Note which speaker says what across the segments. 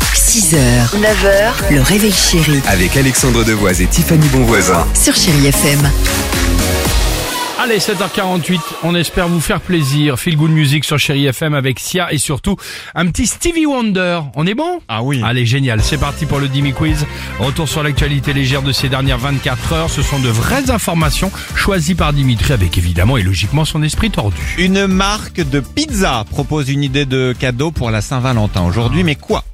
Speaker 1: 6h, 9h, le réveil chéri
Speaker 2: Avec Alexandre Devoise et Tiffany Bonvoisin.
Speaker 1: sur Chéri FM.
Speaker 3: Allez, 7h48, on espère vous faire plaisir. Feel Good Music sur Chéri FM avec Sia et surtout un petit Stevie Wonder. On est bon
Speaker 4: Ah oui.
Speaker 3: Allez, génial, c'est parti pour le Dimi Quiz. Retour sur l'actualité légère de ces dernières 24 heures. Ce sont de vraies informations choisies par Dimitri avec évidemment et logiquement son esprit tordu.
Speaker 4: Une marque de pizza propose une idée de cadeau pour la Saint-Valentin aujourd'hui, mais quoi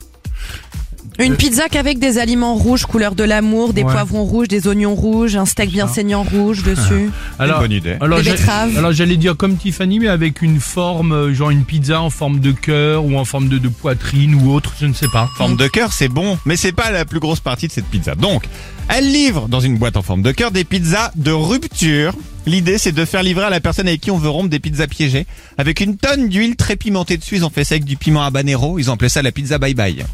Speaker 5: Une pizza qu'avec des aliments rouges, couleur de l'amour, des
Speaker 3: Ouais.
Speaker 5: poivrons rouges, des oignons rouges, un steak bien saignant rouge dessus.
Speaker 4: bonne idée.
Speaker 3: Alors,
Speaker 5: Des
Speaker 3: j'ai-
Speaker 5: betteraves.
Speaker 3: alors, j'allais dire comme Tiffany, mais avec une forme, euh, genre une pizza en forme de cœur ou en forme de, de poitrine ou autre, je ne sais pas.
Speaker 5: Mm.
Speaker 4: Forme de cœur, c'est bon, mais c'est pas la plus grosse partie de cette pizza. Donc, elle livre dans une boîte en forme de cœur des pizzas de rupture. L'idée, c'est de faire livrer à la personne avec qui on veut rompre des pizzas piégées. Avec une tonne d'huile très pimentée dessus, ils ont fait ça avec du piment habanero. Ils ont appelé ça la pizza bye bye.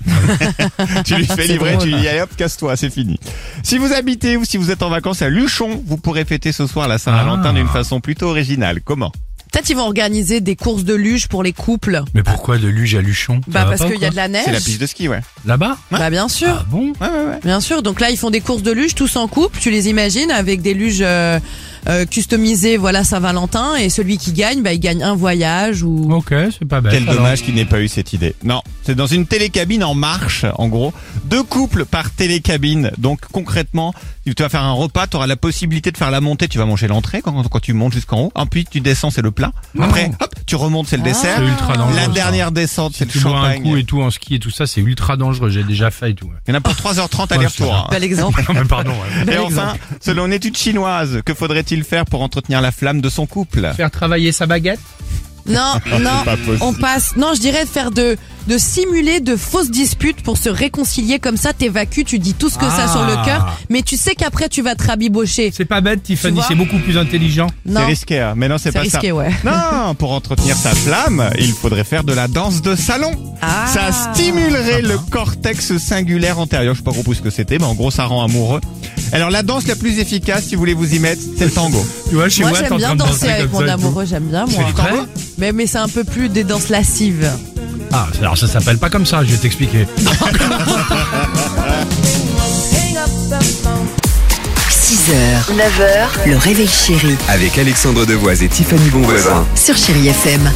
Speaker 4: tu lui fais livrer, tu lui dis, allez hop, casse-toi, c'est fini. Si vous habitez ou si vous êtes en vacances à Luchon, vous pourrez fêter ce soir la Saint-Valentin
Speaker 3: Ah.
Speaker 4: d'une façon plutôt originale. Comment?
Speaker 5: Peut-être ils vont organiser des courses de luge pour les couples.
Speaker 3: Mais pourquoi de luge à luchon Ça
Speaker 5: Bah
Speaker 3: va
Speaker 5: parce
Speaker 3: pas,
Speaker 5: qu'il y
Speaker 3: quoi
Speaker 5: a de la neige.
Speaker 4: C'est la piste de ski, ouais.
Speaker 3: Là-bas
Speaker 5: Bah bien sûr.
Speaker 3: Ah bon
Speaker 4: Ouais, ouais, ouais.
Speaker 5: Bien sûr, donc là ils font des courses de luge tous en couple, tu les imagines avec des luges euh, euh, customisées, voilà Saint-Valentin et celui qui gagne, bah il gagne un voyage ou
Speaker 3: Ok, c'est pas bête.
Speaker 4: Quel
Speaker 3: alors.
Speaker 4: dommage qu'il n'ait pas eu cette idée. Non, c'est dans une télécabine en marche, en gros. Deux couples par télécabine. Donc concrètement, tu vas faire un repas, tu auras la possibilité de faire la montée. Tu vas manger l'entrée quand, quand tu montes jusqu'en haut. Ensuite, tu descends, c'est le plat. Après, hop, tu remontes, c'est le dessert.
Speaker 3: C'est ultra dangereux.
Speaker 4: La
Speaker 3: ça.
Speaker 4: dernière descente,
Speaker 3: Si
Speaker 4: c'est le
Speaker 3: tu bois un
Speaker 4: champagne.
Speaker 3: coup et tout en ski et tout ça, c'est ultra dangereux. J'ai déjà fait et tout.
Speaker 4: Il y en a pour 3h30 aller-retour.
Speaker 3: Oh.
Speaker 4: hein.
Speaker 5: bel exemple.
Speaker 3: Non mais pardon. hein. ouais.
Speaker 4: Et enfin, selon une étude chinoise, que faudrait-il faire pour entretenir la flamme de son couple
Speaker 3: Faire travailler sa baguette.
Speaker 5: Non, non,
Speaker 4: Ah, pas possible.
Speaker 5: on passe. Non, je dirais de faire de, de simuler de fausses disputes pour se réconcilier comme ça, t'évacues, tu dis tout ce que ça
Speaker 3: Ah.
Speaker 5: sur le cœur, mais tu sais qu'après tu vas te rabibocher.
Speaker 3: C'est pas bête, Tiffany.
Speaker 5: vois
Speaker 3: C'est beaucoup plus intelligent.
Speaker 4: C'est
Speaker 5: Non,
Speaker 4: risqué, hein. mais non, c'est
Speaker 5: c'est
Speaker 4: pas ça.
Speaker 5: risqué, ouais.
Speaker 4: Non, pour entretenir sa flamme, il faudrait faire de la danse de salon.
Speaker 5: Ah.
Speaker 4: Ça stimulerait le cortex singulaire antérieur. Je sais pas trop ce que c'était, mais en gros, ça rend amoureux. Alors, la danse la plus efficace, si vous voulez vous y mettre, c'est le tango.
Speaker 3: Tu vois, chez
Speaker 5: Moi,
Speaker 3: Watt, en
Speaker 5: j'aime
Speaker 3: train
Speaker 5: bien
Speaker 3: de
Speaker 5: danser avec
Speaker 3: comme
Speaker 5: mon
Speaker 3: ça et tout.
Speaker 5: amoureux, j'aime bien moi.
Speaker 3: C'est vrai
Speaker 5: Mais, mais c'est un peu plus des danses lascives.
Speaker 3: Ah, alors ça s'appelle pas comme ça. Je vais t'expliquer.
Speaker 1: 6h, 9h, le réveil chéri
Speaker 2: Avec Alexandre Devoise et Tiffany Bonvoisin.
Speaker 1: sur Chéri FM.